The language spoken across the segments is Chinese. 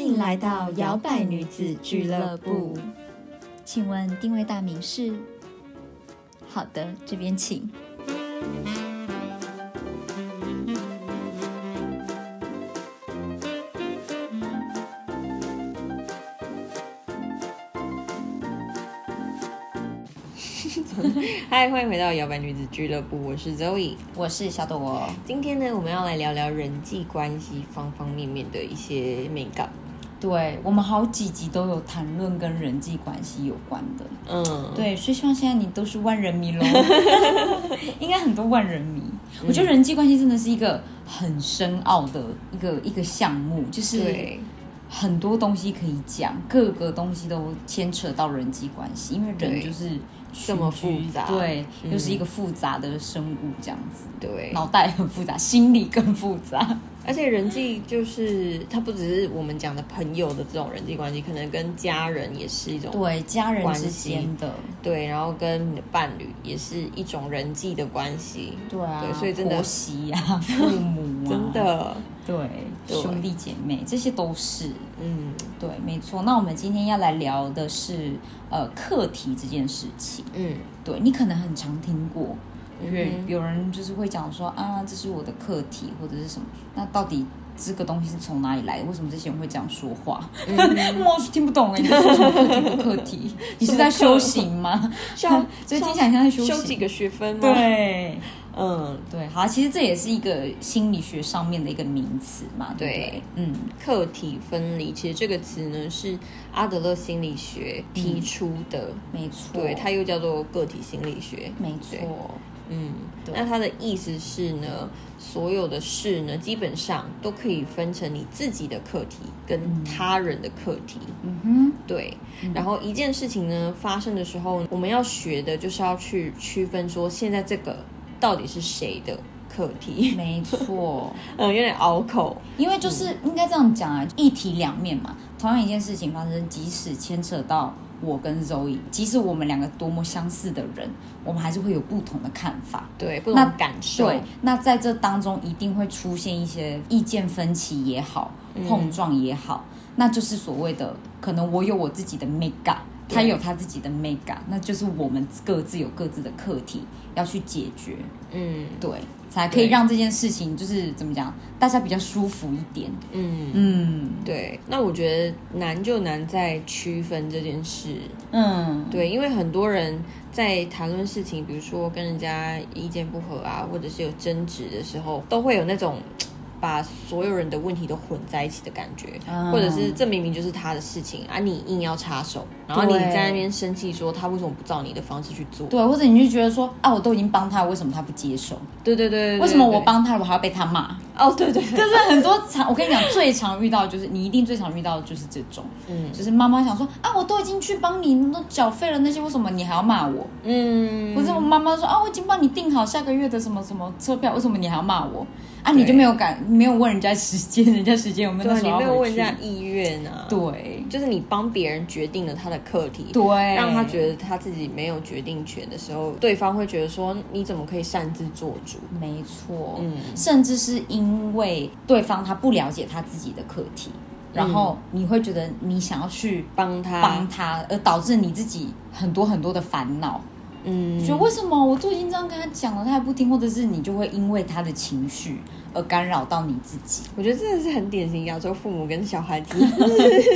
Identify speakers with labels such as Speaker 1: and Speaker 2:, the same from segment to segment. Speaker 1: 迎来到摇摆女子俱乐部。请问定位大名是？好的，这边请。
Speaker 2: 嗨，欢迎回到摇摆女子俱乐部，我是 Zoe。
Speaker 1: 我是小朵我。
Speaker 2: 今天呢，我们要来聊聊人际关系方方面面的一些美感。
Speaker 1: 对我们好几集都有谈论跟人际关系有关的，
Speaker 2: 嗯，
Speaker 1: 对，所以希望现在你都是万人迷 喽，应该很多万人迷。我觉得人际关系真的是一个很深奥的一个一个项目，就是
Speaker 2: 对
Speaker 1: 很多东西可以讲，各个东西都牵扯到人际关系，因为人
Speaker 2: 对
Speaker 1: 就是
Speaker 2: 这么
Speaker 1: 群居
Speaker 2: 复杂
Speaker 1: 对，
Speaker 2: 嗯
Speaker 1: 又是一个复杂的生物这样子，
Speaker 2: 对，
Speaker 1: 脑袋很复杂，心理更复杂，
Speaker 2: 而且人际就是它不只是我们讲的朋友的这种人际关系，可能跟家人也是一种
Speaker 1: 对，家人
Speaker 2: 关
Speaker 1: 之
Speaker 2: 系
Speaker 1: 间的，
Speaker 2: 对，然后跟你的伴侣也是一种人际的关系。
Speaker 1: 对啊，
Speaker 2: 对所以真的
Speaker 1: 婆媳 啊，父母啊，
Speaker 2: 真的，
Speaker 1: 对，
Speaker 2: 对
Speaker 1: 兄弟姐妹这些都是
Speaker 2: 嗯
Speaker 1: 对，没错。那我们今天要来聊的是呃课题这件事情。
Speaker 2: 嗯，
Speaker 1: 对你可能很常听过，因为
Speaker 2: 嗯哼
Speaker 1: 有人就是会讲说啊，这是我的课题或者是什么。那到底这个东西是从哪里来的？为什么这些人会这样说话？
Speaker 2: 嗯
Speaker 1: 我听不懂哎，你在说什么课题不课 题？你是在修行吗？
Speaker 2: 像
Speaker 1: 所以听起来像在修
Speaker 2: 啊修
Speaker 1: 行。
Speaker 2: 几个学分吗？，
Speaker 1: 对。
Speaker 2: 嗯，
Speaker 1: 对，好，其实这也是一个心理学上面的一个名词嘛，对不
Speaker 2: 对
Speaker 1: 对？嗯，
Speaker 2: 客体分离，其实这个词呢是阿德勒心理学提出的，
Speaker 1: 嗯没错，
Speaker 2: 对，它又叫做个体心理学。
Speaker 1: 没错，
Speaker 2: 对嗯，
Speaker 1: 对
Speaker 2: 那它的意思是呢，所有的事呢，基本上都可以分成你自己的课题跟他人的课题。
Speaker 1: 嗯
Speaker 2: 对，然后一件事情呢发生的时候，我们要学的就是要去区分说，现在这个到底是谁的课
Speaker 1: 哼，
Speaker 2: 题。
Speaker 1: 没错，
Speaker 2: 嗯，有点拗口。
Speaker 1: 因为就是应该这样讲啊，一体两面嘛。同样一件事情发生，即使牵扯到我跟 Zoe，即使我们两个多么相似的人，我们还是会有不同的看法。
Speaker 2: 对，不
Speaker 1: 那
Speaker 2: 同感受。
Speaker 1: 对，那在这当中一定会出现一些意见分歧也好，
Speaker 2: 嗯
Speaker 1: 碰撞也好，那就是所谓的可能我有我自己的 mega，他
Speaker 2: 对
Speaker 1: 有他自己的 mega，那就是我们各自有各自的课题要去解决，
Speaker 2: 嗯
Speaker 1: 对，才可以
Speaker 2: 对
Speaker 1: 让这件事情就是怎么讲，大家比较舒服一点。
Speaker 2: 嗯，
Speaker 1: 嗯
Speaker 2: 对。那我觉得难就难在区分这件事。
Speaker 1: 嗯，
Speaker 2: 对，因为很多人在谈论事情，比如说跟人家意见不合啊，或者是有争执的时候，都会有那种把所有人的问题都混在一起的感觉，
Speaker 1: 嗯
Speaker 2: 或者是这明明就是他的事情啊，你硬要插手，然后你
Speaker 1: 对
Speaker 2: 在那边生气说他为什么不照你的方式去做？
Speaker 1: 对，或者你就觉得说啊，我都已经帮他，为什么他不接受？
Speaker 2: 对对对对对
Speaker 1: 为什么我
Speaker 2: 对
Speaker 1: 帮他，我还要被他骂？
Speaker 2: 哦，对对对，
Speaker 1: 就是很多常，我跟你讲，最常遇到就是你一定最常遇到的就是这种，
Speaker 2: 嗯
Speaker 1: 就是妈妈想说啊，我都已经去帮你都缴费了那些，为什么你还要骂我？
Speaker 2: 嗯，
Speaker 1: 不是我妈妈说啊，我已经帮你订好下个月的什么什么车票，为什么你还要骂我？啊，你就没有敢，没有问人家时间，人家时间有没有
Speaker 2: 对啊，
Speaker 1: 那时
Speaker 2: 你
Speaker 1: 候
Speaker 2: 没有
Speaker 1: 要回
Speaker 2: 问人
Speaker 1: 去
Speaker 2: 家意愿啊，
Speaker 1: 对
Speaker 2: 就是你帮别人决定了他的课题，
Speaker 1: 对，
Speaker 2: 让他觉得他自己没有决定权的时候，对方会觉得说你怎么可以擅自做主？
Speaker 1: 没错，
Speaker 2: 嗯
Speaker 1: 甚至是因为对方他不了解他自己的课题，然后你会觉得你想要去
Speaker 2: 帮他，
Speaker 1: 帮他，而导致你自己很多很多的烦恼。
Speaker 2: 嗯，
Speaker 1: 就为什么我都已经这样跟他讲了，他还不听，或者是你就会因为他的情绪而干扰到你自己。
Speaker 2: 我觉得真的是很典型亚洲父母跟小 孩子之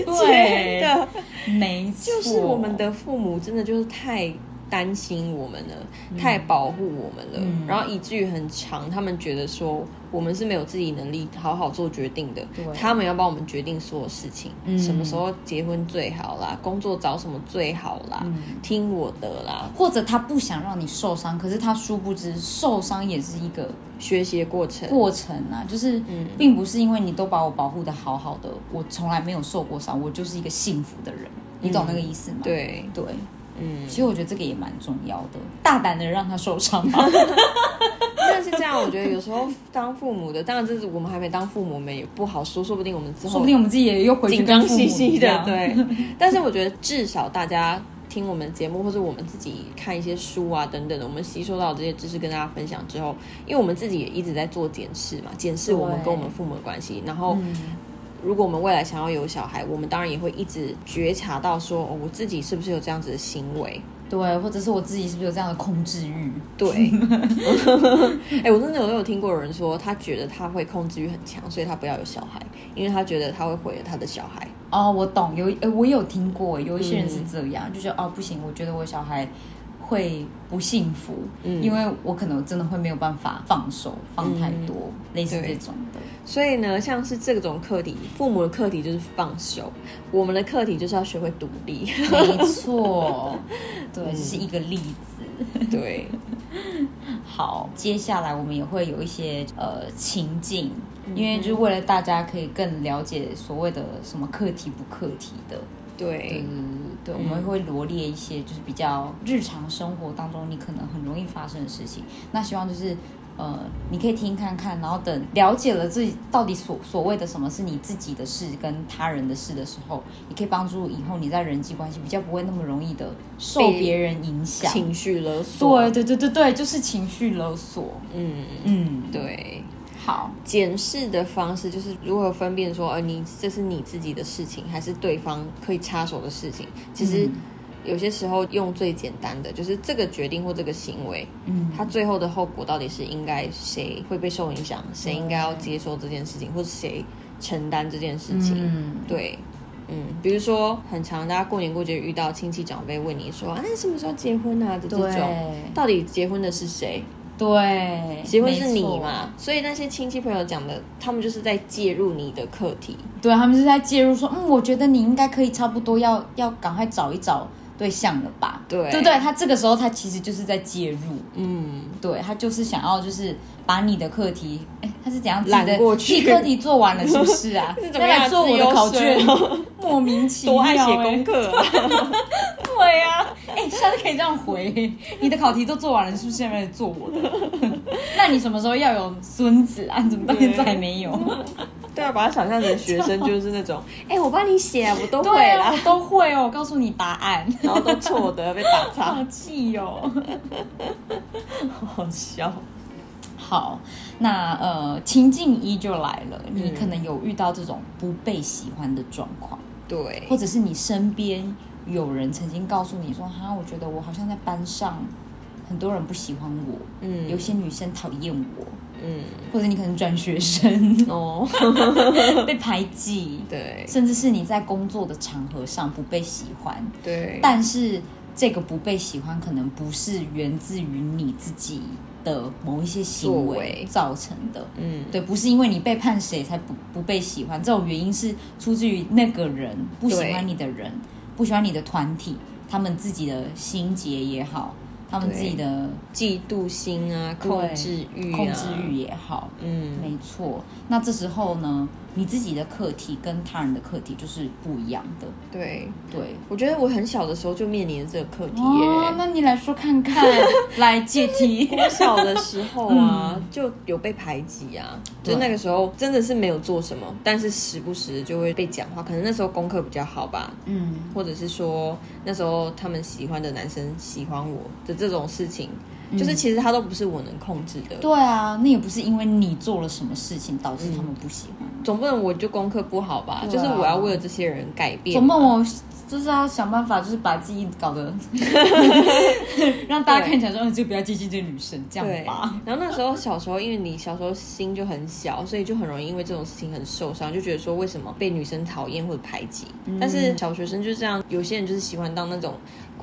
Speaker 2: 间的，
Speaker 1: 没错，
Speaker 2: 就是我们的父母真的就是太。担心我们了，太保护我们了，
Speaker 1: 嗯
Speaker 2: 然后以至于很长，他们觉得说我们是没有自己能力好好做决定的
Speaker 1: 对，
Speaker 2: 他们要帮我们决定所有事情，
Speaker 1: 嗯
Speaker 2: 什么时候结婚最好啦，工作找什么最好啦，
Speaker 1: 嗯
Speaker 2: 听我的啦，
Speaker 1: 或者他不想让你受伤，可是他殊不知受伤也是一个
Speaker 2: 学习的过程。
Speaker 1: 过程啊，就是
Speaker 2: 嗯
Speaker 1: 并不是因为你都把我保护的好好的，我从来没有受过伤，我就是一个幸福的人，你懂那个意思吗？
Speaker 2: 嗯对，
Speaker 1: 对，
Speaker 2: 嗯，
Speaker 1: 其实我觉得这个也蛮重要的，大胆的让他受 伤啊吧。
Speaker 2: 但是这样，我觉得有时候当父母的，当然这是我们还没当父母，我们也不好说，说不定我们之
Speaker 1: 说
Speaker 2: 后
Speaker 1: 不定我们自己也又回去
Speaker 2: 紧
Speaker 1: 跟
Speaker 2: 张
Speaker 1: 父母
Speaker 2: 兮兮
Speaker 1: 一
Speaker 2: 的，
Speaker 1: 样，
Speaker 2: 对。但是我觉得至少大家听我们节目，或者我们自己看一些书啊等等的，我们吸收到这些知识跟大家分享之后，因为我们自己也一直在做检视嘛，检视我们
Speaker 1: 对嗯
Speaker 2: 跟我们父母的关系，然后。如果我们未来想要有小孩，我们当然也会一直觉察到说，哦，我自己是不是有这样子的行为？
Speaker 1: 对，或者是我自己是不是有这样的控制欲？
Speaker 2: 对， 哎、我真的有有听过有人说，他觉得他会控制欲很强，所以他不要有小孩，因为他觉得他会毁了他的小孩。
Speaker 1: 哦，我懂，有呃，我有听过，有一些人是
Speaker 2: 嗯
Speaker 1: 这样，就觉得哦不行，我觉得我小孩会不幸福，
Speaker 2: 嗯
Speaker 1: 因为我可能真的会没有办法放手放太
Speaker 2: 嗯
Speaker 1: 多，类似这种的。
Speaker 2: 所以呢，像是这种课题，父母的课题就是放手，我们的课题就是要学会独 立。
Speaker 1: 没错， 对，这是一个例子。
Speaker 2: 对，
Speaker 1: 好，接下来我们也会有一些呃情境，因为就是为了大家可以更了解所谓的什么课题不课题的。对
Speaker 2: 对，
Speaker 1: 嗯
Speaker 2: 嗯
Speaker 1: 对，我们会罗列一些就是比较日常生活当中你可能很容易发生的事情。那希望就是呃，你可以听看看，然后等了解了自己到底所所谓的什么是你自己的事跟他人的事的时候，你可以帮助以后你在人际关系比较不会那么容易的受
Speaker 2: 被
Speaker 1: 别人影响。
Speaker 2: 情绪勒索。
Speaker 1: 对，对对对对，就是情绪勒索。
Speaker 2: 嗯，
Speaker 1: 嗯，
Speaker 2: 对。
Speaker 1: 好，
Speaker 2: 检视的方式就是如何分辨说，呃，你这是你自己的事情，还是对方可以插手的事情。其实
Speaker 1: 嗯
Speaker 2: 有些时候用最简单的，就是这个决定或这个行为，
Speaker 1: 嗯，
Speaker 2: 它最后的后果到底是应该谁会被受影响，谁应该要接受这件事情，或是谁承担这件事情。
Speaker 1: 嗯，
Speaker 2: 对，嗯，比如说很常大家过年过节遇到亲戚长辈问你说，啊，你什么时候结婚啊的这种，
Speaker 1: 对
Speaker 2: 到底结婚的是谁？
Speaker 1: 对，
Speaker 2: 结婚是
Speaker 1: 没错
Speaker 2: 你嘛？所以那些亲戚朋友讲的，他们就是在介入你的课题。
Speaker 1: 对他们是在介入说，嗯，我觉得你应该可以差不多要要赶快找一找对象了吧？
Speaker 2: 对
Speaker 1: 对不对？他这个时候他其实就是在介入，
Speaker 2: 嗯，
Speaker 1: 对他就是想要就是把你的课题，哎，他是怎样
Speaker 2: 揽
Speaker 1: 自己的
Speaker 2: 过去
Speaker 1: 自己课题做完了是不是啊
Speaker 2: 是？怎
Speaker 1: 再
Speaker 2: 么样
Speaker 1: 来做我的考卷
Speaker 2: 自由 水，
Speaker 1: 莫名其妙、
Speaker 2: 多爱写
Speaker 1: 哎
Speaker 2: 功。课、啊。
Speaker 1: 对呀、啊，哎，下次可以这样回，你的考题都做完了，是不是现在来做我的？ 那你什么时候要有孙子啊？你怎么到现在还没有？
Speaker 2: 对啊，把它想象成学生就是 那种，哎、我帮你写、啊，我都会
Speaker 1: 对啊，
Speaker 2: 啦
Speaker 1: 我，都会哦，我告诉你答案。
Speaker 2: 然后都错的被打
Speaker 1: 好
Speaker 2: 叉，
Speaker 1: 气哦。
Speaker 2: 好笑。
Speaker 1: 好，那呃，情境一就来了，你可能有遇到这种不被喜欢的状况，
Speaker 2: 对，
Speaker 1: 或者是你身边有人曾经告诉你说，哈，我觉得我好像在班上很多人不喜欢我，
Speaker 2: 嗯
Speaker 1: 有些女生讨厌我，
Speaker 2: 嗯，
Speaker 1: 或者你可能转学 生
Speaker 2: 哦，
Speaker 1: 被排挤，
Speaker 2: 对
Speaker 1: 甚至是你在工作的场合上不被喜欢，
Speaker 2: 对，
Speaker 1: 但是这个不被喜欢，可能不是源自于你自己的某一些行
Speaker 2: 作
Speaker 1: 为
Speaker 2: 为
Speaker 1: 造成的。
Speaker 2: 嗯，
Speaker 1: 对，不是因为你背叛谁才不不被喜欢，这种原因是出自于那个人不喜欢你的人，不喜欢你的团体，他们自己的心结也好，他们自己的
Speaker 2: 嫉妒心啊，
Speaker 1: 对
Speaker 2: 控制欲、啊，
Speaker 1: 控制欲，也好，
Speaker 2: 嗯，
Speaker 1: 没错。那这时候呢，你自己的课题跟他人的课题就是不一样的，
Speaker 2: 对。
Speaker 1: 对。
Speaker 2: 我觉得我很小的时候就面临这个课题耶、
Speaker 1: 哦，那你来说看 看，来解题。
Speaker 2: 我小的时候啊，就有被排挤啊，
Speaker 1: 嗯
Speaker 2: 就
Speaker 1: 对
Speaker 2: 那个时候真的是没有做什么，但是时不时就会被讲话。可能那时候功课比较好吧，
Speaker 1: 嗯
Speaker 2: 或者是说那时候他们喜欢的男生喜欢我的这种事情，就是其实他都不是我能控制的，。
Speaker 1: 嗯对啊，那也不是因为你做了什么事情导致他们不喜欢，
Speaker 2: 总不能我就功课不好吧？
Speaker 1: 对啊
Speaker 2: 就是我要为了这些人改变。啊
Speaker 1: 总梦我就是要想办法，就是把自己搞得 让大家看起来说，嗯就不要接近这个女生，这
Speaker 2: 对
Speaker 1: 样吧。，
Speaker 2: 然后那时候小时候，因为你小时候心就很小，所以就很容易因为这种事情很受伤，就觉得说为什么被女生讨厌或者排挤。
Speaker 1: 嗯
Speaker 2: 但是小学生就是这样，有些人就是喜欢当那种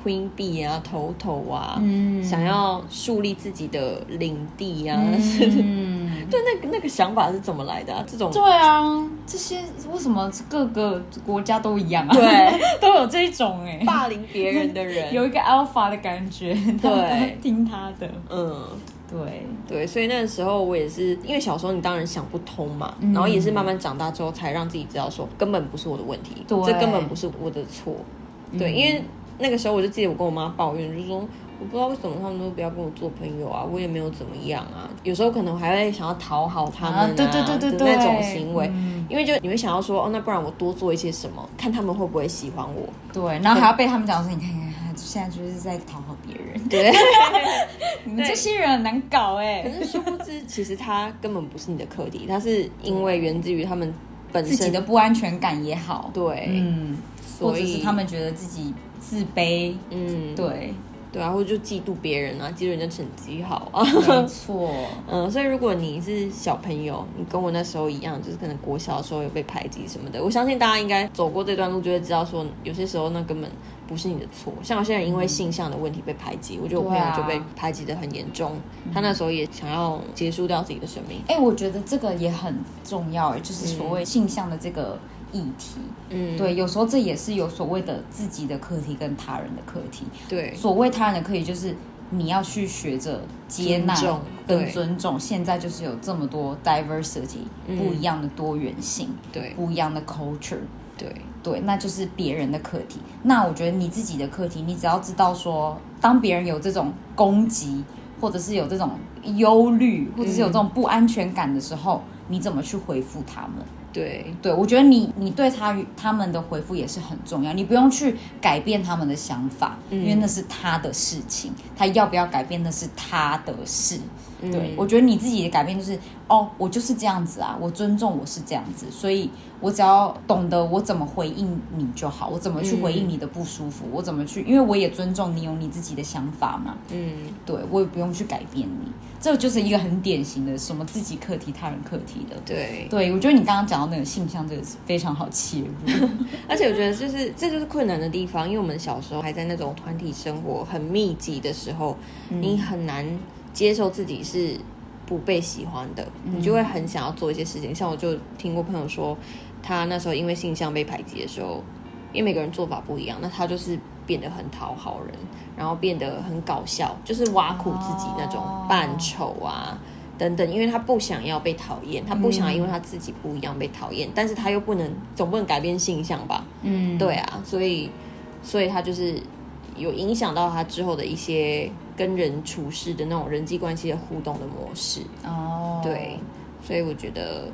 Speaker 2: queen bee 啊、头头啊，
Speaker 1: 嗯
Speaker 2: 想要树立自己的领地啊。
Speaker 1: 嗯，
Speaker 2: 对，那个那个想法是怎么来的、啊？这 种
Speaker 1: 对啊，这些为什么各个国家都一样啊？
Speaker 2: 对，
Speaker 1: 都有这种哎、
Speaker 2: 霸凌别人的人，
Speaker 1: 有一个 alpha 的感觉，他们都会听他的，
Speaker 2: 嗯。
Speaker 1: 对，
Speaker 2: 对，所以那个时候我也是，因为小时候你当然想不通嘛，
Speaker 1: 嗯
Speaker 2: 然后也是慢慢长大之后才让自己知道说，根本不是我的问题，
Speaker 1: 对嗯
Speaker 2: 这根本不是我的错。对，因为那个时候我就记得我跟我妈抱怨，就是说我不知道为什么他们都不要跟我做朋友啊，我也没有怎么样啊，有时候可能还会想要讨好他们啊，
Speaker 1: 啊对对对对
Speaker 2: 的
Speaker 1: 对
Speaker 2: 那种行为。
Speaker 1: 嗯
Speaker 2: 因为就你会想要说哦，那不然我多做一些什么，看他们会不会喜欢我？
Speaker 1: 对，然后还要被他们讲说，你看看他现在就是在讨好别人，
Speaker 2: 对，
Speaker 1: 你们这些人很难搞哎、
Speaker 2: 可是殊不知，其实他根本不是你的课题，他是因为源自于他们本
Speaker 1: 自己
Speaker 2: 身
Speaker 1: 的不安全感也好，
Speaker 2: 对，
Speaker 1: 嗯，或
Speaker 2: 所
Speaker 1: 者
Speaker 2: 以
Speaker 1: 是他们觉得自己自卑，
Speaker 2: 嗯
Speaker 1: 对，
Speaker 2: 对啊，或者就嫉妒别人啊，嫉妒人家成绩好啊。
Speaker 1: 没错，
Speaker 2: 嗯，所以如果你是小朋友，你跟我那时候一样，就是可能国小的时候有被排挤什么的，我相信大家应该走过这段路，就会知道说，有些时候那根本不是你的错。像有些人因为性向的问题被排挤，我觉得我朋友
Speaker 1: 对啊
Speaker 2: 就被排挤的很严重，
Speaker 1: 啊
Speaker 2: 他那时候也想要结束掉自己的生命。
Speaker 1: 哎、我觉得这个也很重要，哎就是所谓性向的这个议题，
Speaker 2: 嗯，
Speaker 1: 对，有时候这也是有所谓的自己的课题跟他人的课题，
Speaker 2: 对，
Speaker 1: 所谓他人的课题就是。你要去学着接纳
Speaker 2: 尊重
Speaker 1: 跟
Speaker 2: 对
Speaker 1: 尊重，现在就是有这么多 diversity，、
Speaker 2: 嗯
Speaker 1: 不一样的多元性，
Speaker 2: 对，
Speaker 1: 不一样的 culture，
Speaker 2: 对，
Speaker 1: 对，那就是别人的课题。那我觉得你自己的课题，你只要知道说，当别人有这种攻击，或者是有这种忧虑，或者是有这种不安全感的时候，你怎么去回复他们？
Speaker 2: 对，
Speaker 1: 对我觉得你你对他他们的回复也是很重要，你不用去改变他们的想法，因为那是他的事情，他要不要改变那是他的事。
Speaker 2: 嗯
Speaker 1: 对，我觉得你自己的改变就是，哦，我就是这样子啊，我尊重我是这样子，所以我只要懂得我怎么回应你就好，我怎么去
Speaker 2: 嗯
Speaker 1: 回应你的不舒服，我怎么去，因为我也尊重你有你自己的想法嘛，
Speaker 2: 嗯，
Speaker 1: 对我也不用去改变你，这就是一个很典型的什么自己课题、他人课题的。
Speaker 2: 对。
Speaker 1: 对，我觉得你刚刚讲到那个性向，这个是非常好切 入。
Speaker 2: 而且我觉得就是这就是困难的地方，因为我们小时候还在那种团体生活很密集的时候，你很难接受自己是不被喜欢的，你就会很想要做一些事情。像我就听过朋友说，他那时候因为性向被排挤的时候，因为每个人做法不一样，那他就是变得很讨好人，然后变得很搞笑，就是挖苦自己那种
Speaker 1: 哦
Speaker 2: 扮丑啊。等等，因为他不想要被讨
Speaker 1: 嗯
Speaker 2: 厌，他不想要因为他自己不一样被讨厌，但是他又不能，总不能改变性向吧？
Speaker 1: 嗯，
Speaker 2: 对啊，所以所以他就是有影响到他之后的一些跟人处事的那种人际关系的互动的模式。
Speaker 1: 哦，
Speaker 2: 对，所以我觉得，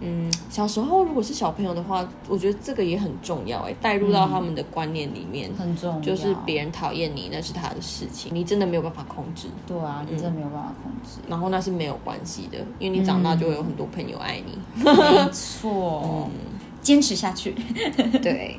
Speaker 2: 嗯，小时候如果是小朋友的话，我觉得这个也很重要哎、带入到他们的观念里面，
Speaker 1: 嗯很重要，
Speaker 2: 就是别人讨厌你那是他的事情，你真的没有办法控制。
Speaker 1: 对啊，你真的没有办法控制。
Speaker 2: 然后那是没有关系的，因为你长大就会有很多朋友爱你。
Speaker 1: 没
Speaker 2: 嗯
Speaker 1: 错，坚持下去。嗯
Speaker 2: 对，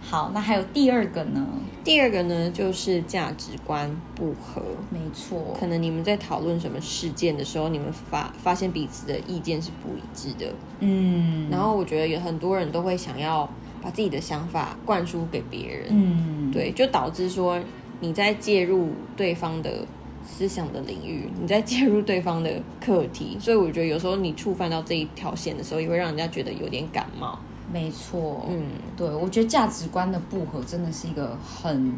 Speaker 1: 好，那还有第二个呢？
Speaker 2: 第二个呢就是价值观不合。
Speaker 1: 没错，
Speaker 2: 可能你们在讨论什么事件的时候，你们发发现彼此的意见是不一致的。
Speaker 1: 嗯
Speaker 2: 然后我觉得有很多人都会想要把自己的想法灌输给别人，
Speaker 1: 嗯，
Speaker 2: 对，就导致说你在介入对方的思想的领域，你在介入对方的课题，所以我觉得有时候你触犯到这一条线的时候，也会让人家觉得有点感冒。
Speaker 1: 没错，
Speaker 2: 嗯，
Speaker 1: 对，我觉得价值观的不合真的是一个很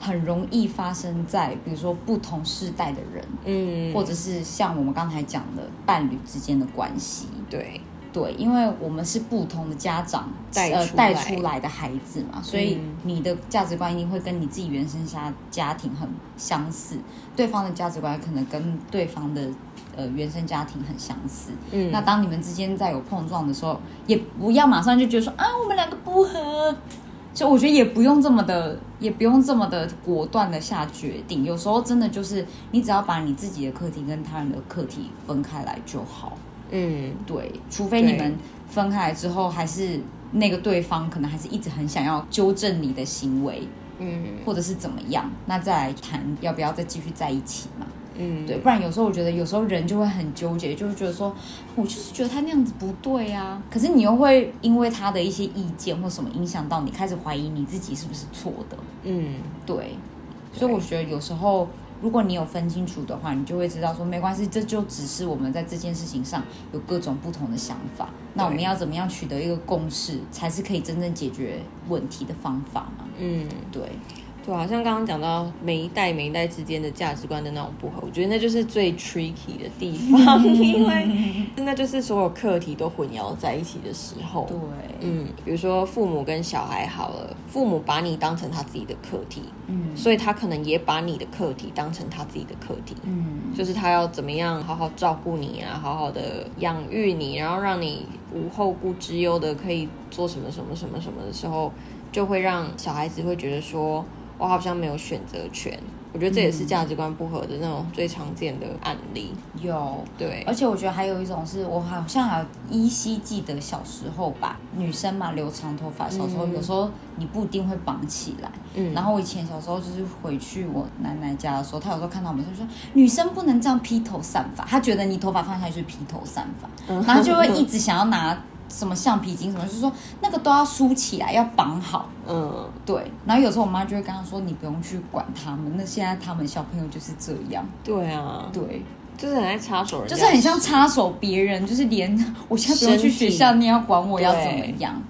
Speaker 1: 很容易发生在比如说不同世代的人，
Speaker 2: 嗯，
Speaker 1: 或者是像我们刚才讲的伴侣之间的关系。
Speaker 2: 对，
Speaker 1: 对，因为我们是不同的家长
Speaker 2: 带
Speaker 1: 呃
Speaker 2: 出来
Speaker 1: 带出来的孩子嘛，所以
Speaker 2: 嗯
Speaker 1: 你的价值观一定会跟你自己原生家家庭很相似，对方的价值观可能跟对方的呃原生家庭很相似。
Speaker 2: 嗯，
Speaker 1: 那当你们之间在有碰撞的时候，也不要马上就觉得说啊，我们两个不合。就我觉得也不用这么的，也不用这么的果断的下决定。有时候真的就是，你只要把你自己的课题跟他人的课题分开来就好。
Speaker 2: 嗯，
Speaker 1: 对，除非你
Speaker 2: 对
Speaker 1: 们分开来之后，还是那个对方可能还是一直很想要纠正你的行为，
Speaker 2: 嗯，
Speaker 1: 或者是怎么样，那再来谈要不要再继续在一起嘛。
Speaker 2: 嗯，
Speaker 1: 对，不然有时候我觉得有时候人就会很纠结，就会觉得说我就是觉得他那样子不对啊，可是你又会因为他的一些意见或什么影响到你，开始怀疑你自己是不是错的。
Speaker 2: 嗯，
Speaker 1: 对，所以我觉得有时候如果你有分清楚的话，你就会知道说没关系，这就只是我们在这件事情上有各种不同的想法。那我们要怎么样取得一个共识，才是可以真正解决问题的方法嘛？
Speaker 2: 嗯。
Speaker 1: 对，
Speaker 2: 对啊，像刚刚讲到每一代每一代之间的价值观的那种不合，我觉得那就是最 tricky 的地 方，因为那就是所有课题都混淆在一起的时候
Speaker 1: 对。，
Speaker 2: 嗯，比如说父母跟小孩好了，父母把你当成他自己的课题，
Speaker 1: 嗯
Speaker 2: 所以他可能也把你的课题当成他自己的课题，
Speaker 1: 嗯，
Speaker 2: 就是他要怎么样好好照顾你啊，好好的养育你，然后让你无后顾之忧的可以做什么什么什么什么的时候，就会让小孩子会觉得说，我好像没有选择权，我觉得这也是价值观不合的那种最常见的案例。
Speaker 1: 有。
Speaker 2: 对，
Speaker 1: 而且我觉得还有一种是我好像还依稀记得小时候吧，女生嘛留长头发，小时候有时候你不一定会绑起来。
Speaker 2: 嗯
Speaker 1: 然后我以前小时候就是回去我奶奶家的时候，她有时候看到我们就说女生不能这样披头散发，她觉得你头发放下去是披头散发，
Speaker 2: 嗯
Speaker 1: 然后就会一直想要拿什么橡皮筋什么，就是说那个都要梳起来，要绑好。
Speaker 2: 嗯，
Speaker 1: 对，然后有时候我妈就会跟她说：“你不用去管他们，那现在他们小朋友就是这样。
Speaker 2: 对啊”，
Speaker 1: 对，
Speaker 2: 就是很爱插手人家，
Speaker 1: 就是很像插手别人，就是连我现在不用去学校，
Speaker 2: 身体
Speaker 1: 你也要管我要怎么样。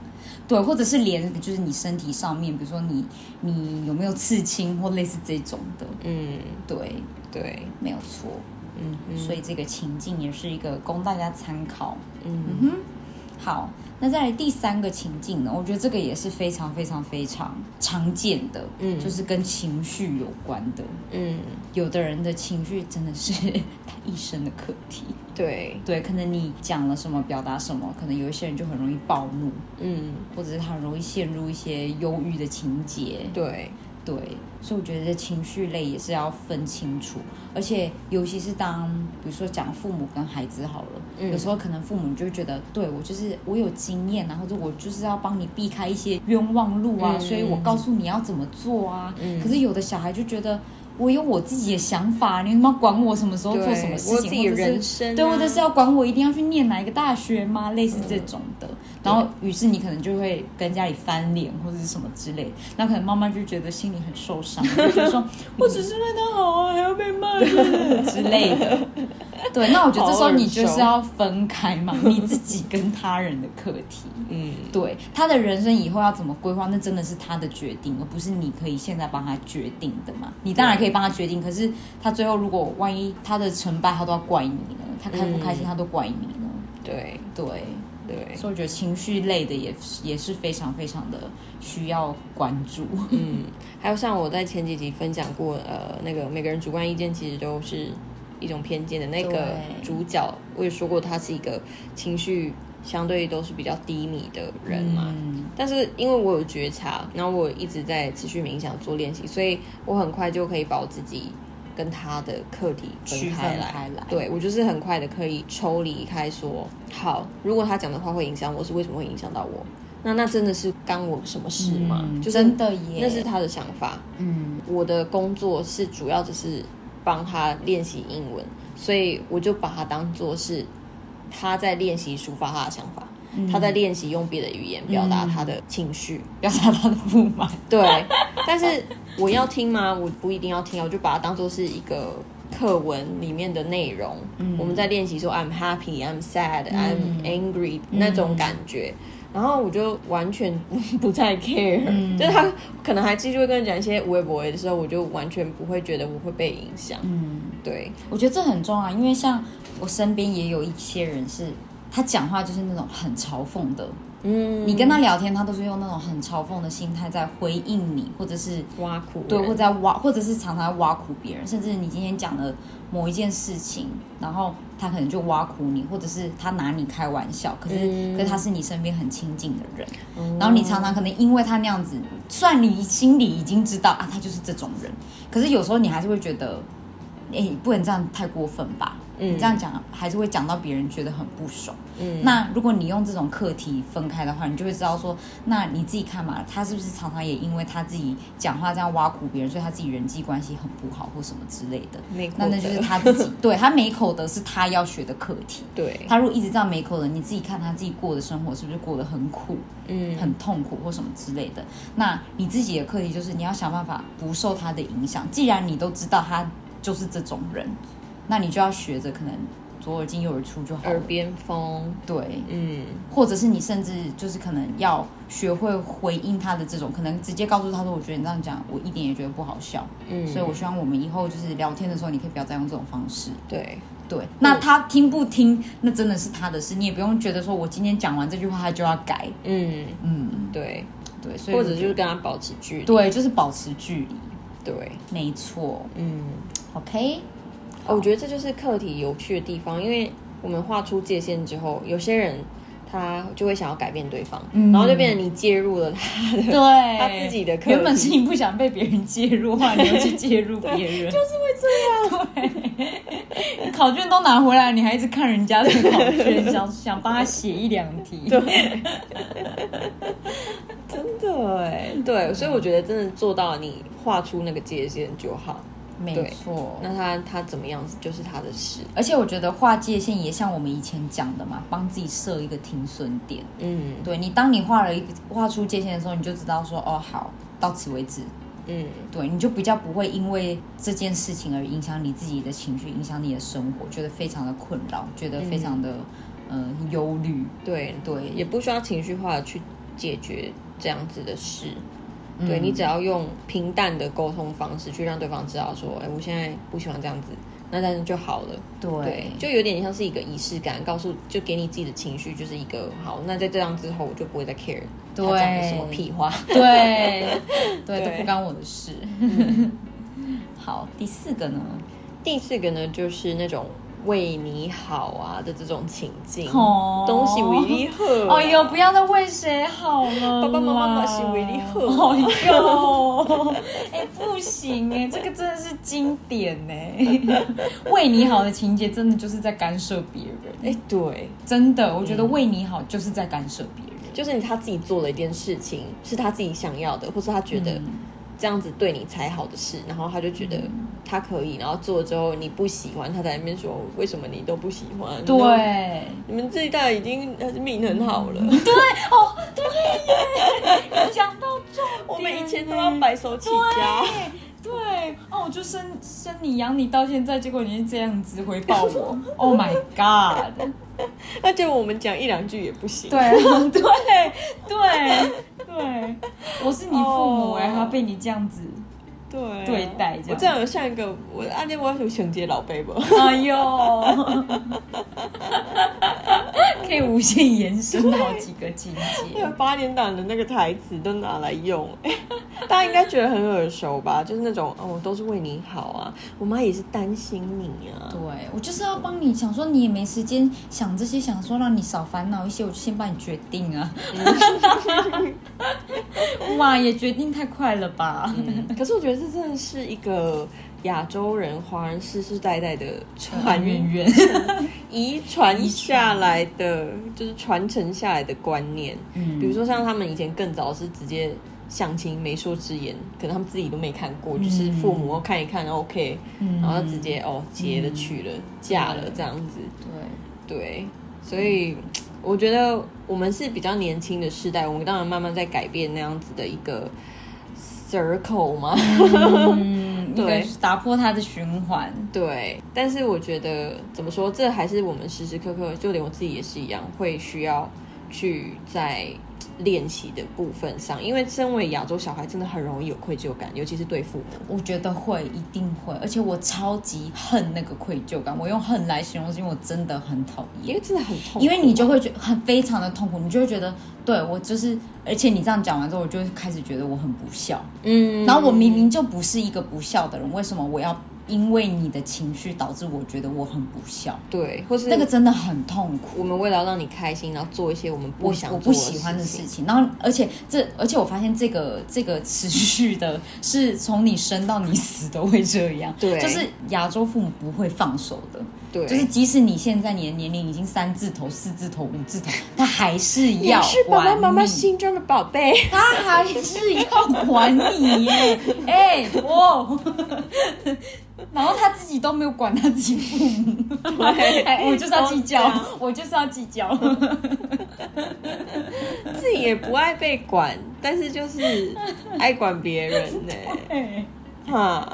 Speaker 1: 对，或者是连就是你身体上面，比如说你你有没有刺青或类似这种的，
Speaker 2: 嗯，
Speaker 1: 对，
Speaker 2: 对，
Speaker 1: 没有错。
Speaker 2: 嗯嗯
Speaker 1: 所以这个情境也是一个供大家参考。
Speaker 2: 嗯，
Speaker 1: 好，那再来第三个情境呢，我觉得这个也是非常非常非常常见的，
Speaker 2: 嗯
Speaker 1: 就是跟情绪有关的。
Speaker 2: 嗯，
Speaker 1: 有的人的情绪真的是 他一生的课题。
Speaker 2: 对，
Speaker 1: 对，可能你讲了什么，表达什么，可能有一些人就很容易暴怒，
Speaker 2: 嗯，
Speaker 1: 或者是他很容易陷入一些忧郁的情节。
Speaker 2: 对，
Speaker 1: 对，所以我觉得情绪类也是要分清楚，而且尤其是当比如说讲父母跟孩子好了，
Speaker 2: 嗯
Speaker 1: 有时候可能父母就会觉得，对我就是我有经验啊，或者我就是要帮你避开一些冤枉路啊，
Speaker 2: 嗯
Speaker 1: 所以我告诉你要怎么做啊。
Speaker 2: 嗯
Speaker 1: 可是有的小孩就觉得。我有我自己的想法，你他妈管我什么时候做
Speaker 2: 对
Speaker 1: 什么事
Speaker 2: 我有
Speaker 1: 情，
Speaker 2: 自己
Speaker 1: 或者是
Speaker 2: 人生啊嗯
Speaker 1: 对，或者是要管我一定要去念哪一个大学吗？类似这种的。然后，于是你可能就会跟家里翻脸或者是什么之类，那可能妈妈就觉得心里很受 伤，就觉得说我只是为他好啊，还要被骂之类的。对，那我觉得这时候你就是要分开 嘛，你自己跟他人的课题。
Speaker 2: 嗯，
Speaker 1: 对他的人生以后要怎么规划，那真的是他的决定，而不是你可以现在帮他决定的嘛。你当然可以帮他决定，可是他最后如果万一他的成败他都要怪你呢，他开不开
Speaker 2: 嗯
Speaker 1: 心他都怪你呢。
Speaker 2: 对，
Speaker 1: 对，
Speaker 2: 对，
Speaker 1: 所以我觉得情绪类的也是也是非常非常的需要关注。
Speaker 2: 嗯，还有像我在前几集分享过，呃，那个每个人主观意见其实都是一种偏见的。那个
Speaker 1: 对
Speaker 2: 主角我也说过，他是一个情绪相对都是比较低迷的人嘛。
Speaker 1: 嗯
Speaker 2: 但是因为我有觉察，然后我一直在持续冥想做练习，所以我很快就可以把我自己跟他的课题
Speaker 1: 区
Speaker 2: 分
Speaker 1: 分
Speaker 2: 开来。
Speaker 1: 开来
Speaker 2: 对我就是很快的可以抽离开说，好，如果他讲的话会影响我，是为什么会影响到我？那那真的是干我什么事吗？
Speaker 1: 嗯
Speaker 2: 就是
Speaker 1: 真的耶，
Speaker 2: 那是他的想法。
Speaker 1: 嗯
Speaker 2: 我的工作是主要只是帮他练习英文，所以我就把它当做是他在练习抒发他的想法，他在练习用别的语言表达他的情绪。
Speaker 1: 表达他的不满。
Speaker 2: 对，但是我要听吗？我不一定要听啊，我就把它当做是一个课文里面的内容。
Speaker 1: 嗯
Speaker 2: 我们在练习说 I'm happy, I'm sad, I'm angry、那
Speaker 1: 嗯
Speaker 2: 种感觉。然后我就完全 不再 care，、就是
Speaker 1: 嗯
Speaker 2: 他可能还继续会跟你讲一些无微不微的时候，我就完全不会觉得我会被影响。
Speaker 1: 嗯。
Speaker 2: 对，
Speaker 1: 我觉得这很重要，因为像我身边也有一些人是，他讲话就是那种很嘲讽的，
Speaker 2: 嗯，
Speaker 1: 你跟他聊天，他都是用那种很嘲讽的心态在回应你，或者是
Speaker 2: 挖苦人
Speaker 1: 对，或者在挖，或者是常常在挖苦别人，甚至你今天讲了某一件事情，然后他可能就挖苦你，或者是他拿你开玩笑，可是、
Speaker 2: 嗯
Speaker 1: 可是他是你身边很亲近的人，
Speaker 2: 嗯
Speaker 1: 然后你常常可能因为他那样子，虽然你心里已经知道啊，他就是这种人，可是有时候你还是会觉得，哎、不能这样太过分吧。你
Speaker 2: 嗯
Speaker 1: 这样讲还是会讲到别人觉得很不爽。
Speaker 2: 嗯
Speaker 1: 那如果你用这种课题分开的话，你就会知道说，那你自己看嘛，他是不是常常也因为他自己讲话这样挖苦别人，所以他自己人际关系很不好或什么之类的。
Speaker 2: 没口
Speaker 1: 那那就是
Speaker 2: 德
Speaker 1: 他自己，对他没口德是他要学的课题。
Speaker 2: 对，
Speaker 1: 他如果一直这样没口德，你自己看他自己过的生活是不是过得很苦？
Speaker 2: 嗯
Speaker 1: 很痛苦或什么之类的。那你自己的课题就是你要想办法不受他的影响。既然你都知道他就是这种人，那你就要学着可能左耳进右耳出就好
Speaker 2: 耳
Speaker 1: 了。
Speaker 2: 边风，
Speaker 1: 对，
Speaker 2: 嗯
Speaker 1: 或者是你甚至就是可能要学会回应他的这种，可能直接告诉他说：“我觉得你这样讲，我一点也觉得不好笑。
Speaker 2: 嗯，
Speaker 1: 所以我希望我们以后就是聊天的时候，你可以不要再用这种方式。
Speaker 2: 对
Speaker 1: 对，那他听不听，那真的是他的事，你也不用觉得说我今天讲完这句话他就要改。
Speaker 2: 嗯
Speaker 1: 嗯，
Speaker 2: 对，
Speaker 1: 对，所以
Speaker 2: 或者就是跟他保持距离。
Speaker 1: 对，就是保持距离，
Speaker 2: 对，
Speaker 1: 没错。
Speaker 2: 嗯， 哦
Speaker 1: OK，
Speaker 2: 我觉得这就是课题有趣的地方，因为我们画出界限之后，有些人他就会想要改变对方，
Speaker 1: 嗯
Speaker 2: 然后就变成你介入了 他的，
Speaker 1: 对，
Speaker 2: 他自己的课题
Speaker 1: 原本是你不想被别人介入啊，你又去介入别 人，就是会这样。对， 考卷都拿回来，你还一直看人家的考卷，想想帮他写一两题。
Speaker 2: 真的哎，对，所以我觉得真的做到你画出那个界限就好。
Speaker 1: 没
Speaker 2: 对
Speaker 1: 错。
Speaker 2: 那他他怎么样就是他的事，
Speaker 1: 而且我觉得划界限也像我们以前讲的嘛，帮自己设一个停损点。
Speaker 2: 嗯
Speaker 1: 对你，当你画了一个画出界限的时候，你就知道说，哦，好，到此为止。
Speaker 2: 嗯，
Speaker 1: 对，你就比较不会因为这件事情而影响你自己的情绪，影响你的生活，觉得非常的困扰，觉得非常的、
Speaker 2: 嗯
Speaker 1: 呃忧虑。
Speaker 2: 对
Speaker 1: 对
Speaker 2: 也不需要情绪化的去解决这样子的事。
Speaker 1: 嗯
Speaker 2: 对你只要用平淡的沟通方式去让对方知道说，哎、我现在不喜欢这样子，那但是就好了。
Speaker 1: 对
Speaker 2: 对，就有点像是一个仪式感，告诉就给你自己的情绪就是一个好，那在这样之后我就不会再 care 他
Speaker 1: 对
Speaker 2: 讲的什么屁话。
Speaker 1: 对对
Speaker 2: 对嗯
Speaker 1: 都不干我的事。 好，第四个呢？
Speaker 2: 第四个呢，就是那种为你好啊的这种情境，
Speaker 1: 哦
Speaker 2: 东西为你好、啊，
Speaker 1: 哎呦，不要再为谁好了啦，
Speaker 2: 爸爸妈妈嘛是为你好
Speaker 1: 哎呦，哎、不行哎、这个真的是经典哎、为你好的情节真的就是在干涉别人。
Speaker 2: 哎、对，
Speaker 1: 真的，我觉得为你好就是在干涉别人。
Speaker 2: 就是他自己做了一件事情，是他自己想要的，或是他觉得
Speaker 1: 嗯
Speaker 2: 这样子对你才好的事，然后他就觉得他可以，然后做了之后你不喜欢，他在那边说为什么你都不喜欢？你都
Speaker 1: 对，
Speaker 2: 你们这一代已经呃命很好了，
Speaker 1: 嗯讲到重点，
Speaker 2: 我们以前都要白手起家。
Speaker 1: 对哦，我就生生你养你到现在，结果你是这样子回报我，Oh my god！
Speaker 2: 那就我们讲一两句也不行。
Speaker 1: 对， 对对对，我是你父母哎、
Speaker 2: 哦
Speaker 1: 还要被你这样子，
Speaker 2: 对啊
Speaker 1: 对待这样
Speaker 2: 我这样有像一个我啊暗恋我有情节老 辈不？
Speaker 1: 哎呦，可以无限延伸好几个情
Speaker 2: 那
Speaker 1: 节
Speaker 2: 个。八点档的那个台词都拿来用、 大家应该觉得很耳熟吧？就是那种哦，我都是为你好啊，我妈也是担心你啊。
Speaker 1: 对我就是要帮你想说，你也没时间想这些，想说让你少烦恼一些，我就先帮你决定啊。哇，也决定太快了吧？
Speaker 2: 嗯可是我觉得这真的是一个亚洲人、华人世世代代的传
Speaker 1: 圆圆，
Speaker 2: 遗传下来的，就是传承下来的观念。
Speaker 1: 嗯
Speaker 2: 比如说像他们以前更早是直接相亲媒妁之言，可能他们自己都没看过，就是父母看一看 OK，、
Speaker 1: 嗯
Speaker 2: 然后直接哦结了娶了、嫁了这样子。
Speaker 1: 对，
Speaker 2: 对，所以我觉得我们是比较年轻的世代，我们当然慢慢在改变那样子的一个 circle 嘛。
Speaker 1: 嗯，一
Speaker 2: 对
Speaker 1: 个是打破它的循环，
Speaker 2: 对，但是我觉得怎么说，这还是我们时时刻刻，就连我自己也是一样，会需要去在练习的部分上，因为身为亚洲小孩，真的很容易有愧疚感，尤其是对父母。
Speaker 1: 我觉得会，一定会，而且我超级恨那个愧疚感，我用恨来形容，是因为我真的很讨厌
Speaker 2: 因。为真的很痛苦，
Speaker 1: 因为你就会觉得很非常的痛苦，你就会觉得，对我就是，而且你这样讲完之后，我就会开始觉得我很不孝，
Speaker 2: 嗯，
Speaker 1: 然后我明明就不是一个不孝的人，为什么我要因为你的情绪导致我觉得我很不孝？
Speaker 2: 对，或是
Speaker 1: 那个真的很痛苦，
Speaker 2: 嗯我们为了让你开心，然后做一些我们不
Speaker 1: 我
Speaker 2: 想
Speaker 1: 我
Speaker 2: 做
Speaker 1: 不喜欢的
Speaker 2: 事
Speaker 1: 事，情。然后，而且这，而且我发现这个这个持续的是从你生到你死都会这样，
Speaker 2: 对
Speaker 1: 就是亚洲父母不会放手的。
Speaker 2: 对，
Speaker 1: 就是即使你现在你的年龄已经三字头、四字头、五字头，他还是
Speaker 2: 你
Speaker 1: 要
Speaker 2: 是爸爸
Speaker 1: 管
Speaker 2: 妈妈
Speaker 1: 你
Speaker 2: 心中的宝贝。
Speaker 1: 他还是要管你耶，哎、哦，然后他自己都没有管他自己父母，哎我就是要计较
Speaker 2: 都这样，
Speaker 1: 我就是要计较，
Speaker 2: 自己也不爱被管，但是就是爱管别人呢、
Speaker 1: 哎
Speaker 2: 哈，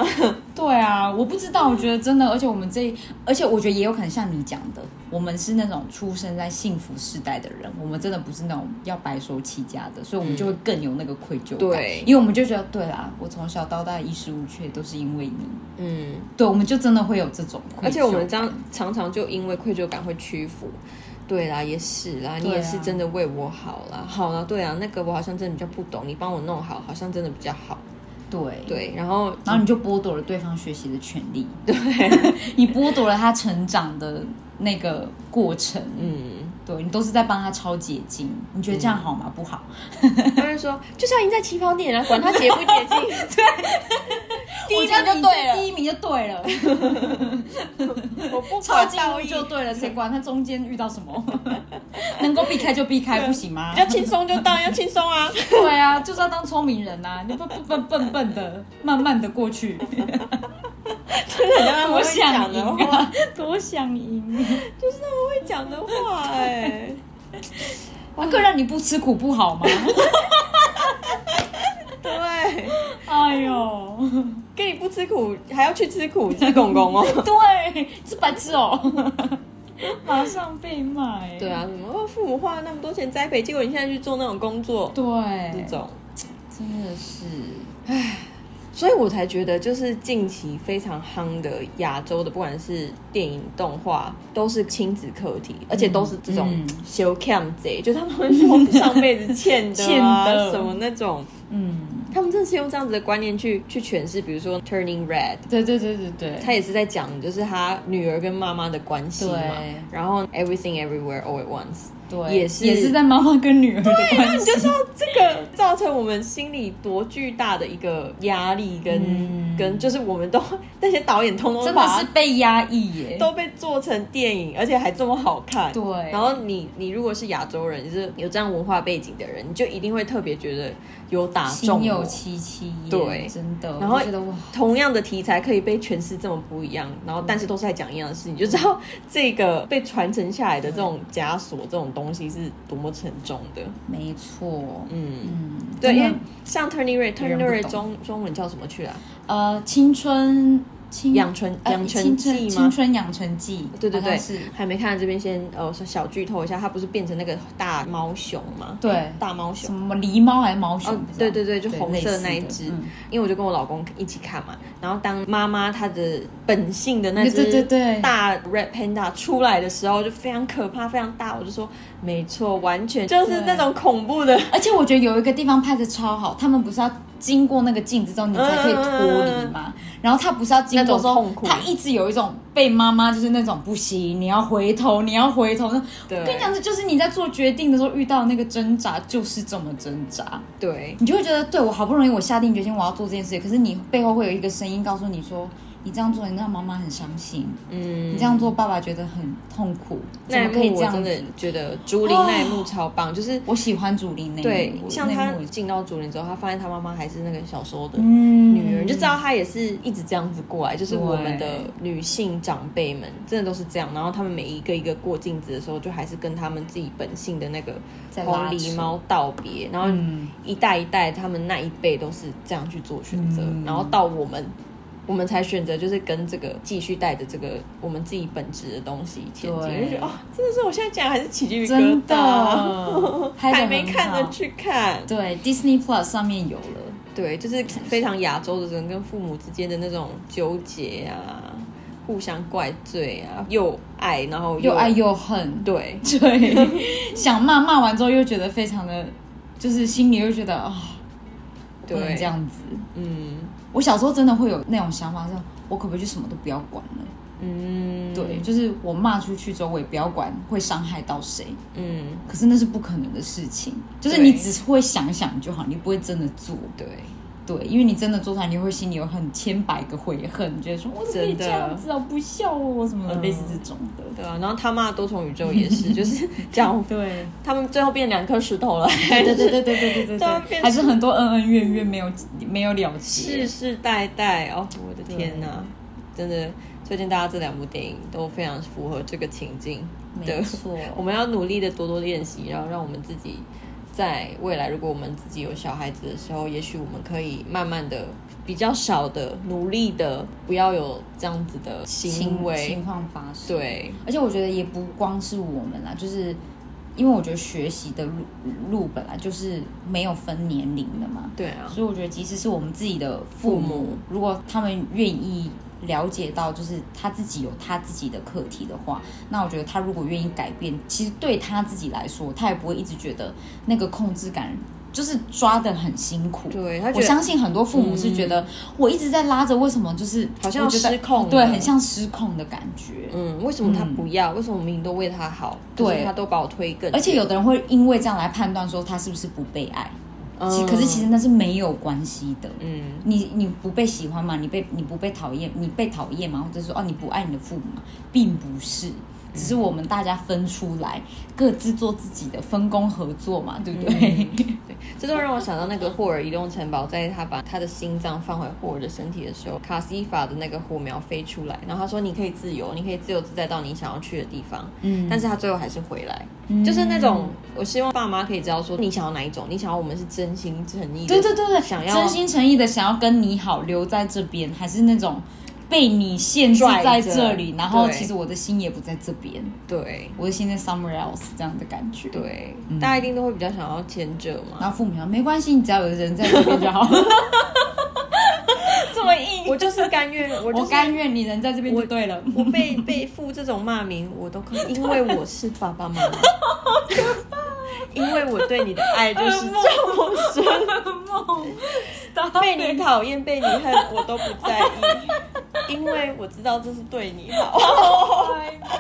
Speaker 1: 对啊，我不知道，我觉得真的，而且我们这，而且我觉得也有可能像你讲的，我们是那种出生在幸福世代的人，我们真的不是那种要白手起家的，所以我们就会更有那个愧疚感，
Speaker 2: 对
Speaker 1: 因为我们就觉得，对啦，我从小到大衣食无缺都是因为你，
Speaker 2: 嗯，
Speaker 1: 对，我们就真的会有这种愧疚，
Speaker 2: 而且我们这样常常就因为愧疚感会屈服。对啦，也是啦，你
Speaker 1: 对啊
Speaker 2: 也是真的为我好啦，好啦，对啊，那个我好像真的比较不懂，你帮我弄好，好像真的比较好。
Speaker 1: 对。
Speaker 2: 对，嗯然后
Speaker 1: 然后你就剥夺了对方学习的权利，对你剥夺了他成长的那个过程，
Speaker 2: 嗯，
Speaker 1: 对你都是在帮他抄捷径，你觉得这样好吗？不好。
Speaker 2: 他就说就是要赢在起跑点啊，管他捷不捷径， 对，第一
Speaker 1: 我
Speaker 2: 名
Speaker 1: 觉得
Speaker 2: 就
Speaker 1: 你
Speaker 2: 对
Speaker 1: 第
Speaker 2: 了，
Speaker 1: 一名就对 了，
Speaker 2: 我不
Speaker 1: 抄
Speaker 2: 管
Speaker 1: 近
Speaker 2: 道
Speaker 1: 路
Speaker 2: 义
Speaker 1: 就对了，谁管他中间遇到什么？ 能够避开就避开，不行吗
Speaker 2: 比？较轻松就到，要轻松啊。
Speaker 1: 对啊，就是要当聪明人呐、你不不笨笨笨的，慢慢的过 去，
Speaker 2: 啊我
Speaker 1: 多想
Speaker 2: 讲
Speaker 1: 赢
Speaker 2: 的话，
Speaker 1: 啊， 多想赢啊！
Speaker 2: 会讲的话哎、
Speaker 1: 啊更让你不吃苦不 好吗？
Speaker 2: 对，
Speaker 1: 哎呦，
Speaker 2: 跟你不吃苦还要去吃苦，是公公哦。
Speaker 1: 对，这白痴 哦、马上被骂哎、
Speaker 2: 对啊，什么哦父母花了那么多钱栽培，结果你现在去做那种工作，这
Speaker 1: 对，
Speaker 2: 种，
Speaker 1: 真的是，
Speaker 2: 所以我才觉得就是近期非常夯的亚洲的，不管是电影、动画，都是亲子课题，而且都是这种
Speaker 1: 嗯
Speaker 2: 修 cam 贼，就他们会说上 辈子欠的、啊、
Speaker 1: 欠的
Speaker 2: 什么那种，
Speaker 1: 嗯，
Speaker 2: 他们真的是用这样子的观念去 去诠释，比如说 Turning Red。
Speaker 1: 对对对对对，
Speaker 2: 他也是在讲，就是他女儿跟妈妈的关系嘛
Speaker 1: 对。
Speaker 2: 然后 everything everywhere all at once，
Speaker 1: 对，
Speaker 2: 也是啊
Speaker 1: 也是在妈妈跟女儿的关
Speaker 2: 你
Speaker 1: 系，
Speaker 2: 就知道这个造成我们心里多巨大的一个压力跟，跟、
Speaker 1: 嗯
Speaker 2: 就是我们都 那些导演通通
Speaker 1: 真的
Speaker 2: 把
Speaker 1: 是
Speaker 2: 它
Speaker 1: 被压抑耶。
Speaker 2: 都被做成电影，而且还这么好看。
Speaker 1: 对
Speaker 2: 然后你你如果是亚洲人，就是有这样文化背景的人，你就一定会特别觉得有打
Speaker 1: 心
Speaker 2: 中
Speaker 1: 有
Speaker 2: 我
Speaker 1: 戚戚耶，
Speaker 2: 对
Speaker 1: 真的，
Speaker 2: 然后
Speaker 1: 我就觉得哇，
Speaker 2: 同样的题材可以被诠释这么不一样，然后但是都是在讲一样的事情，你就知道这个被传承下来的这种枷锁、这种东西是多么沉重的。
Speaker 1: 没错，
Speaker 2: 嗯，
Speaker 1: 嗯，
Speaker 2: 对，
Speaker 1: 真
Speaker 2: 因
Speaker 1: 的
Speaker 2: 为像 Turning Red，Turning
Speaker 1: 别
Speaker 2: Red
Speaker 1: 人不懂
Speaker 2: 中中文叫什么去啊？
Speaker 1: 呃，青春青
Speaker 2: 养成
Speaker 1: 呃
Speaker 2: 养成
Speaker 1: 青
Speaker 2: 记
Speaker 1: 春青？
Speaker 2: 吗
Speaker 1: 春养成记，
Speaker 2: 对对
Speaker 1: 好
Speaker 2: 对
Speaker 1: 像是，
Speaker 2: 还没看的这边先呃小剧透一下，它不是变成那个大猫熊吗？
Speaker 1: 对，
Speaker 2: 大猫熊
Speaker 1: 什。么狸猫还是毛熊
Speaker 2: 哦？
Speaker 1: 不知道
Speaker 2: 对对对，就红色那
Speaker 1: 类
Speaker 2: 一
Speaker 1: 似
Speaker 2: 只
Speaker 1: 的嗯，
Speaker 2: 因为我就跟我老公一起看嘛，然后当妈妈她的本性的那
Speaker 1: 对对
Speaker 2: 只
Speaker 1: 对对
Speaker 2: 大 red panda 出来的时候，就非常可怕，非常大，我就说没错，完全就是那种恐怖的，
Speaker 1: 而且我觉得有一个地方拍的超好，他们不是要经过那个镜子之后，你才可以脱
Speaker 2: 嗯
Speaker 1: 离嘛。然后他不是要经过之
Speaker 2: 那种
Speaker 1: 后
Speaker 2: 痛，苦
Speaker 1: 他一直有一种被妈妈就是那种不行，你要回头，你要回头。那
Speaker 2: 对
Speaker 1: 我跟你讲，这就是你在做决定的时候遇到那个挣扎，就是这么挣扎。
Speaker 2: 对，
Speaker 1: 你就会觉得，对我好不容易我下定决心我要做这件事，可是你背后会有一个声音告诉你说，你这样做你让妈妈很伤心，
Speaker 2: 嗯
Speaker 1: 你这样做爸爸觉得很痛苦，怎
Speaker 2: 那
Speaker 1: 么
Speaker 2: 一
Speaker 1: 可以
Speaker 2: 幕
Speaker 1: 这
Speaker 2: 我
Speaker 1: 样
Speaker 2: 真
Speaker 1: 子？哦
Speaker 2: 的觉得竹林那一幕超棒，就是
Speaker 1: 我喜欢主林那一幕
Speaker 2: 对，
Speaker 1: 我
Speaker 2: 像
Speaker 1: 那一
Speaker 2: 他
Speaker 1: 幕也
Speaker 2: 进到竹林之后，他发现他妈妈还是那个小时候的
Speaker 1: 嗯
Speaker 2: 女人，就知道她也是一直这样子过来，就是我们的
Speaker 1: 对
Speaker 2: 女性长辈们真的都是这样。然后她们每一个一个过镜子的时候，就还是跟她们自己本性的那个
Speaker 1: 在
Speaker 2: 红
Speaker 1: 拉
Speaker 2: 狸
Speaker 1: 扯
Speaker 2: 猫道别。然后
Speaker 1: 嗯
Speaker 2: 一代一代，他们那一辈都是这样去做选择，
Speaker 1: 嗯
Speaker 2: 然后到我们。我们才选择就是跟这个继续带着这个我们自己本质的东西前进，
Speaker 1: 对
Speaker 2: 就觉得哦，真的是我现在讲还是起鸡皮疙
Speaker 1: 真
Speaker 2: 瘩，
Speaker 1: 的拍得
Speaker 2: 还没
Speaker 1: 很
Speaker 2: 看的
Speaker 1: 好
Speaker 2: 去看。
Speaker 1: 对 Disney Plus 上面有了，
Speaker 2: 对，就是非常亚洲的人跟父母之间的那种纠结啊，互相怪罪啊，又爱然后
Speaker 1: 又爱哎又恨，
Speaker 2: 对，
Speaker 1: 对，想骂骂完之后又觉得非常的，就是心里又觉得啊，不
Speaker 2: 对
Speaker 1: 能这样子。
Speaker 2: 嗯
Speaker 1: 我小时候真的会有那种想法，是我可不可以就什么都不要管了？
Speaker 2: 嗯，
Speaker 1: 对，就是我骂出去之后，我也不要管会伤害到谁。
Speaker 2: 嗯
Speaker 1: 可是那是不可能的事情，就是
Speaker 2: 对
Speaker 1: 你只是会想想就好，你不会真的做。
Speaker 2: 对，
Speaker 1: 对，因为你真的做出来，你会心里有很千百个悔恨，觉得说我怎么可以
Speaker 2: 真的
Speaker 1: 这样子啊，不孝哦什么的，
Speaker 2: 嗯
Speaker 1: 类似这种的。
Speaker 2: 对啊，然后他妈的多重宇宙也是，就是 讲
Speaker 1: 对，
Speaker 2: 他们最后变两颗石头了，
Speaker 1: 对对对对对对对
Speaker 2: 都
Speaker 1: 对，
Speaker 2: 变
Speaker 1: 还是很多恩恩怨怨没有没有了结。
Speaker 2: 世世代代哦，我的天哪，真的，最近大家这两部电影都非常符合这个情境的
Speaker 1: 没错，
Speaker 2: 我们要努力的多多练习，然后让我们自己在未来，如果我们自己有小孩子的时候，也许我们可以慢慢的、比较少的、努力的，不要有这样子的行为嗯
Speaker 1: 情。况发生。
Speaker 2: 对，
Speaker 1: 而且我觉得也不光是我们啦，就是因为我觉得学习的路路本来就是没有分年龄的嘛，
Speaker 2: 对啊，
Speaker 1: 所以我觉得即使是我们自己的父母，
Speaker 2: 父母
Speaker 1: 如果他们愿意了解到，就是他自己有他自己的课题的话，那我觉得他如果愿意改变，其实对他自己来说，他也不会一直觉得那个控制感就是抓的很辛苦。
Speaker 2: 对他觉
Speaker 1: 我
Speaker 2: 得嗯
Speaker 1: 相信很多父母是觉得我一直在拉着，为什么就是
Speaker 2: 好像
Speaker 1: 我觉得
Speaker 2: 失控了
Speaker 1: 对，很像失控的感觉。
Speaker 2: 嗯，为什么他不要？为什么我明明都为他好，
Speaker 1: 对
Speaker 2: 可是他都把我推更远？
Speaker 1: 而且有的人会因为这样来判断说他是不是不被爱，
Speaker 2: 嗯，
Speaker 1: 其可是其实那是没有关系的。
Speaker 2: 嗯，
Speaker 1: 你你不被喜欢吗？你被你不被讨厌，你被讨厌吗？或者说哦你不爱你的父母吗？并不是，只是我们大家分出来，各自做自己的分工合作嘛，对不对？
Speaker 2: 对，这都让我想到那个霍尔移动城堡，在他把他的心脏放回霍尔的身体的时候，卡西法的那个火苗飞出来，然后他说你可以自由，你可以自由自在到你想要去的地方，
Speaker 1: 嗯
Speaker 2: 但是他最后还是回来，就是那种我希望爸妈可以知道说你想要哪一种，你想要我们是真心诚意的，
Speaker 1: 对对对对，
Speaker 2: 想要
Speaker 1: 真心诚意的想要跟你好，留在这边，还是那种被你限制在这
Speaker 2: 拽
Speaker 1: 里，
Speaker 2: 着
Speaker 1: 然后
Speaker 2: 对
Speaker 1: 其实我的心也不在这边，
Speaker 2: 对
Speaker 1: 我的心在 somewhere else 这样的感觉。，
Speaker 2: 对，
Speaker 1: 嗯
Speaker 2: 大家一定都会比较想要前者嘛。
Speaker 1: 然后父母说没关系，你只要有人在这边就好。 这么硬，
Speaker 2: 我就是 甘愿，我
Speaker 1: 嗯我
Speaker 2: 就是
Speaker 1: 甘愿你人在这边就对了。
Speaker 2: 我被被父这种骂名，我都可以，因为我是爸爸 妈妈，因为我对你的爱就是这么深，
Speaker 1: 梦，
Speaker 2: 被你讨厌、被你恨，我都不在 意，因为我知道这是对你好。
Speaker 1: 哎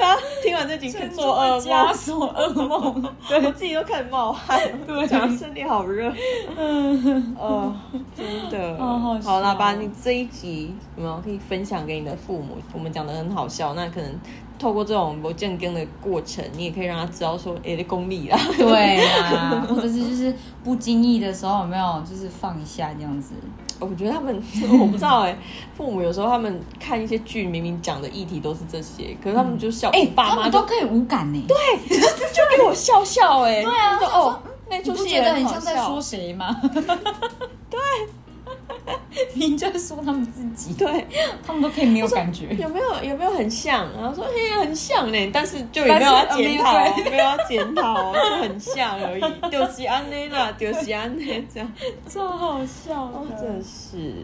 Speaker 2: 大家听完这集去做噩
Speaker 1: 加
Speaker 2: 梦，
Speaker 1: 锁噩梦。
Speaker 2: 对我自己都开始冒汗，
Speaker 1: 对
Speaker 2: 讲得身体好 热，嗯，哦，真的，
Speaker 1: 哦好笑
Speaker 2: 好啦，把你这一集有没有可以分享给你的父母？我们讲的很好笑，那可能透过这种不正更的过程，你也可以让他知道 说，哎、这功力啊，
Speaker 1: 对啊，或者是就是不经意的时候有没有，就是放一下这样子。
Speaker 2: 我觉得他们，我不知道哎、父母有时候他们看一些剧，明明讲的议题都是这些，可是他们就笑，
Speaker 1: 哎、
Speaker 2: 爸
Speaker 1: 他
Speaker 2: 妈
Speaker 1: 们
Speaker 2: 就
Speaker 1: 都可以无感呢、
Speaker 2: 就给我笑笑哎、对
Speaker 1: 啊
Speaker 2: 就
Speaker 1: 我想说
Speaker 2: 哦，那
Speaker 1: 你
Speaker 2: 出
Speaker 1: 不
Speaker 2: 戏
Speaker 1: 觉
Speaker 2: 也
Speaker 1: 得很
Speaker 2: 好
Speaker 1: 像在
Speaker 2: 笑
Speaker 1: 说谁吗？ 对，明就在说他们自己，
Speaker 2: 对。
Speaker 1: 他们都可以没有感觉。
Speaker 2: 有没有有没有很像？然后说嘿很像呢，但是就也没有要检讨
Speaker 1: 但是，呃
Speaker 2: 没有要检讨，就很像而已，就是安内啦， 就是安内这样，
Speaker 1: 超好笑
Speaker 2: 哦，真是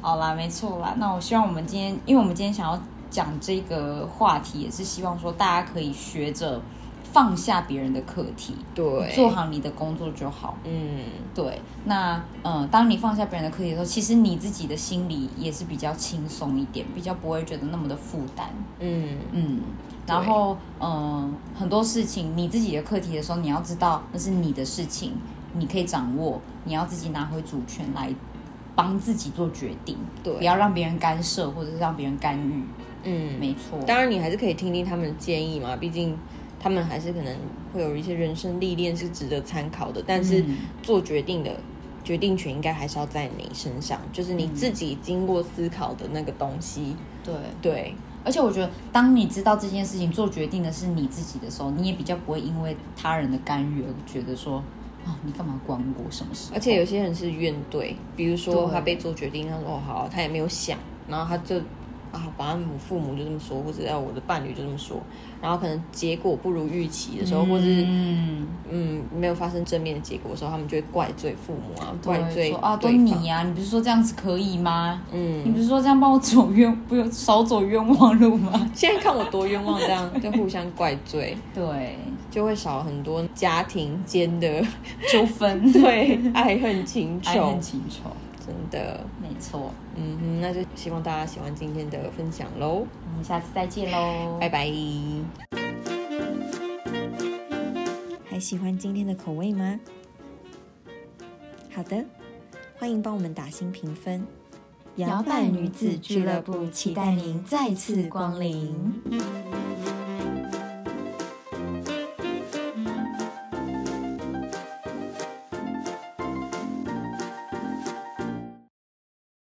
Speaker 1: 好啦，没错啦。那我希望我们今天，因为我们今天想要讲这个话题，也是希望说大家可以学着放下别人的课题，
Speaker 2: 对
Speaker 1: 做好你的工作就好。
Speaker 2: 嗯，
Speaker 1: 对，那嗯，当你放下别人的课题的时候，其实你自己的心里也是比较轻松一点，比较不会觉得那么的负担。
Speaker 2: 嗯
Speaker 1: 嗯，然后嗯，很多事情你自己的课题的时候，你要知道那是你的事情，你可以掌握，你要自己拿回主权来帮自己做决定，
Speaker 2: 对
Speaker 1: 不要让别人干涉或者是让别人干预。
Speaker 2: 嗯，
Speaker 1: 没错，
Speaker 2: 当然你还是可以听听他们的建议嘛，毕竟他们还是可能会有一些人生历练是值得参考的，但是
Speaker 1: 嗯
Speaker 2: 做决定的。决定权应该还是要在你身上，就是
Speaker 1: 嗯
Speaker 2: 你自己经过思考的那个东西。
Speaker 1: 对。
Speaker 2: 对，
Speaker 1: 而且我觉得，当你知道这件事情做决定的是你自己的时候，你也比较不会因为他人的干预而觉得说，哦，你干嘛管我什么事？
Speaker 2: 而且有些人是怨怼，比如说
Speaker 1: 哦对
Speaker 2: 他被做决定，他说哦好，他也没有想，然后他就啊，反正我父母就这么说，或者要我的伴侣就这么说，然后可能结果不如预期的时候，或者是
Speaker 1: 嗯，
Speaker 2: 嗯没有发生正面的结果的时候，他们就会怪罪父母啊，怪
Speaker 1: 对，
Speaker 2: 罪
Speaker 1: 说啊，都
Speaker 2: 对方
Speaker 1: 你呀、你不是说这样子可以吗？你
Speaker 2: 嗯，
Speaker 1: 不是说这样帮我走冤，不用少走冤枉路吗？
Speaker 2: 现在看我多冤枉，这样就互相怪罪，
Speaker 1: 对，
Speaker 2: 就会少很多家庭间的
Speaker 1: 纠 纷，
Speaker 2: 对爱恨情
Speaker 1: 爱
Speaker 2: 仇
Speaker 1: 恨，情仇，
Speaker 2: 真的，
Speaker 1: 没错。
Speaker 2: 嗯哼，那就希望大家喜欢今天的分享喽，
Speaker 1: 我们下次再见喽，
Speaker 2: 拜拜。还喜欢今天的口味吗？好的，欢迎帮我们打新评分。
Speaker 3: 摇摆女子俱乐部期待您再次光临。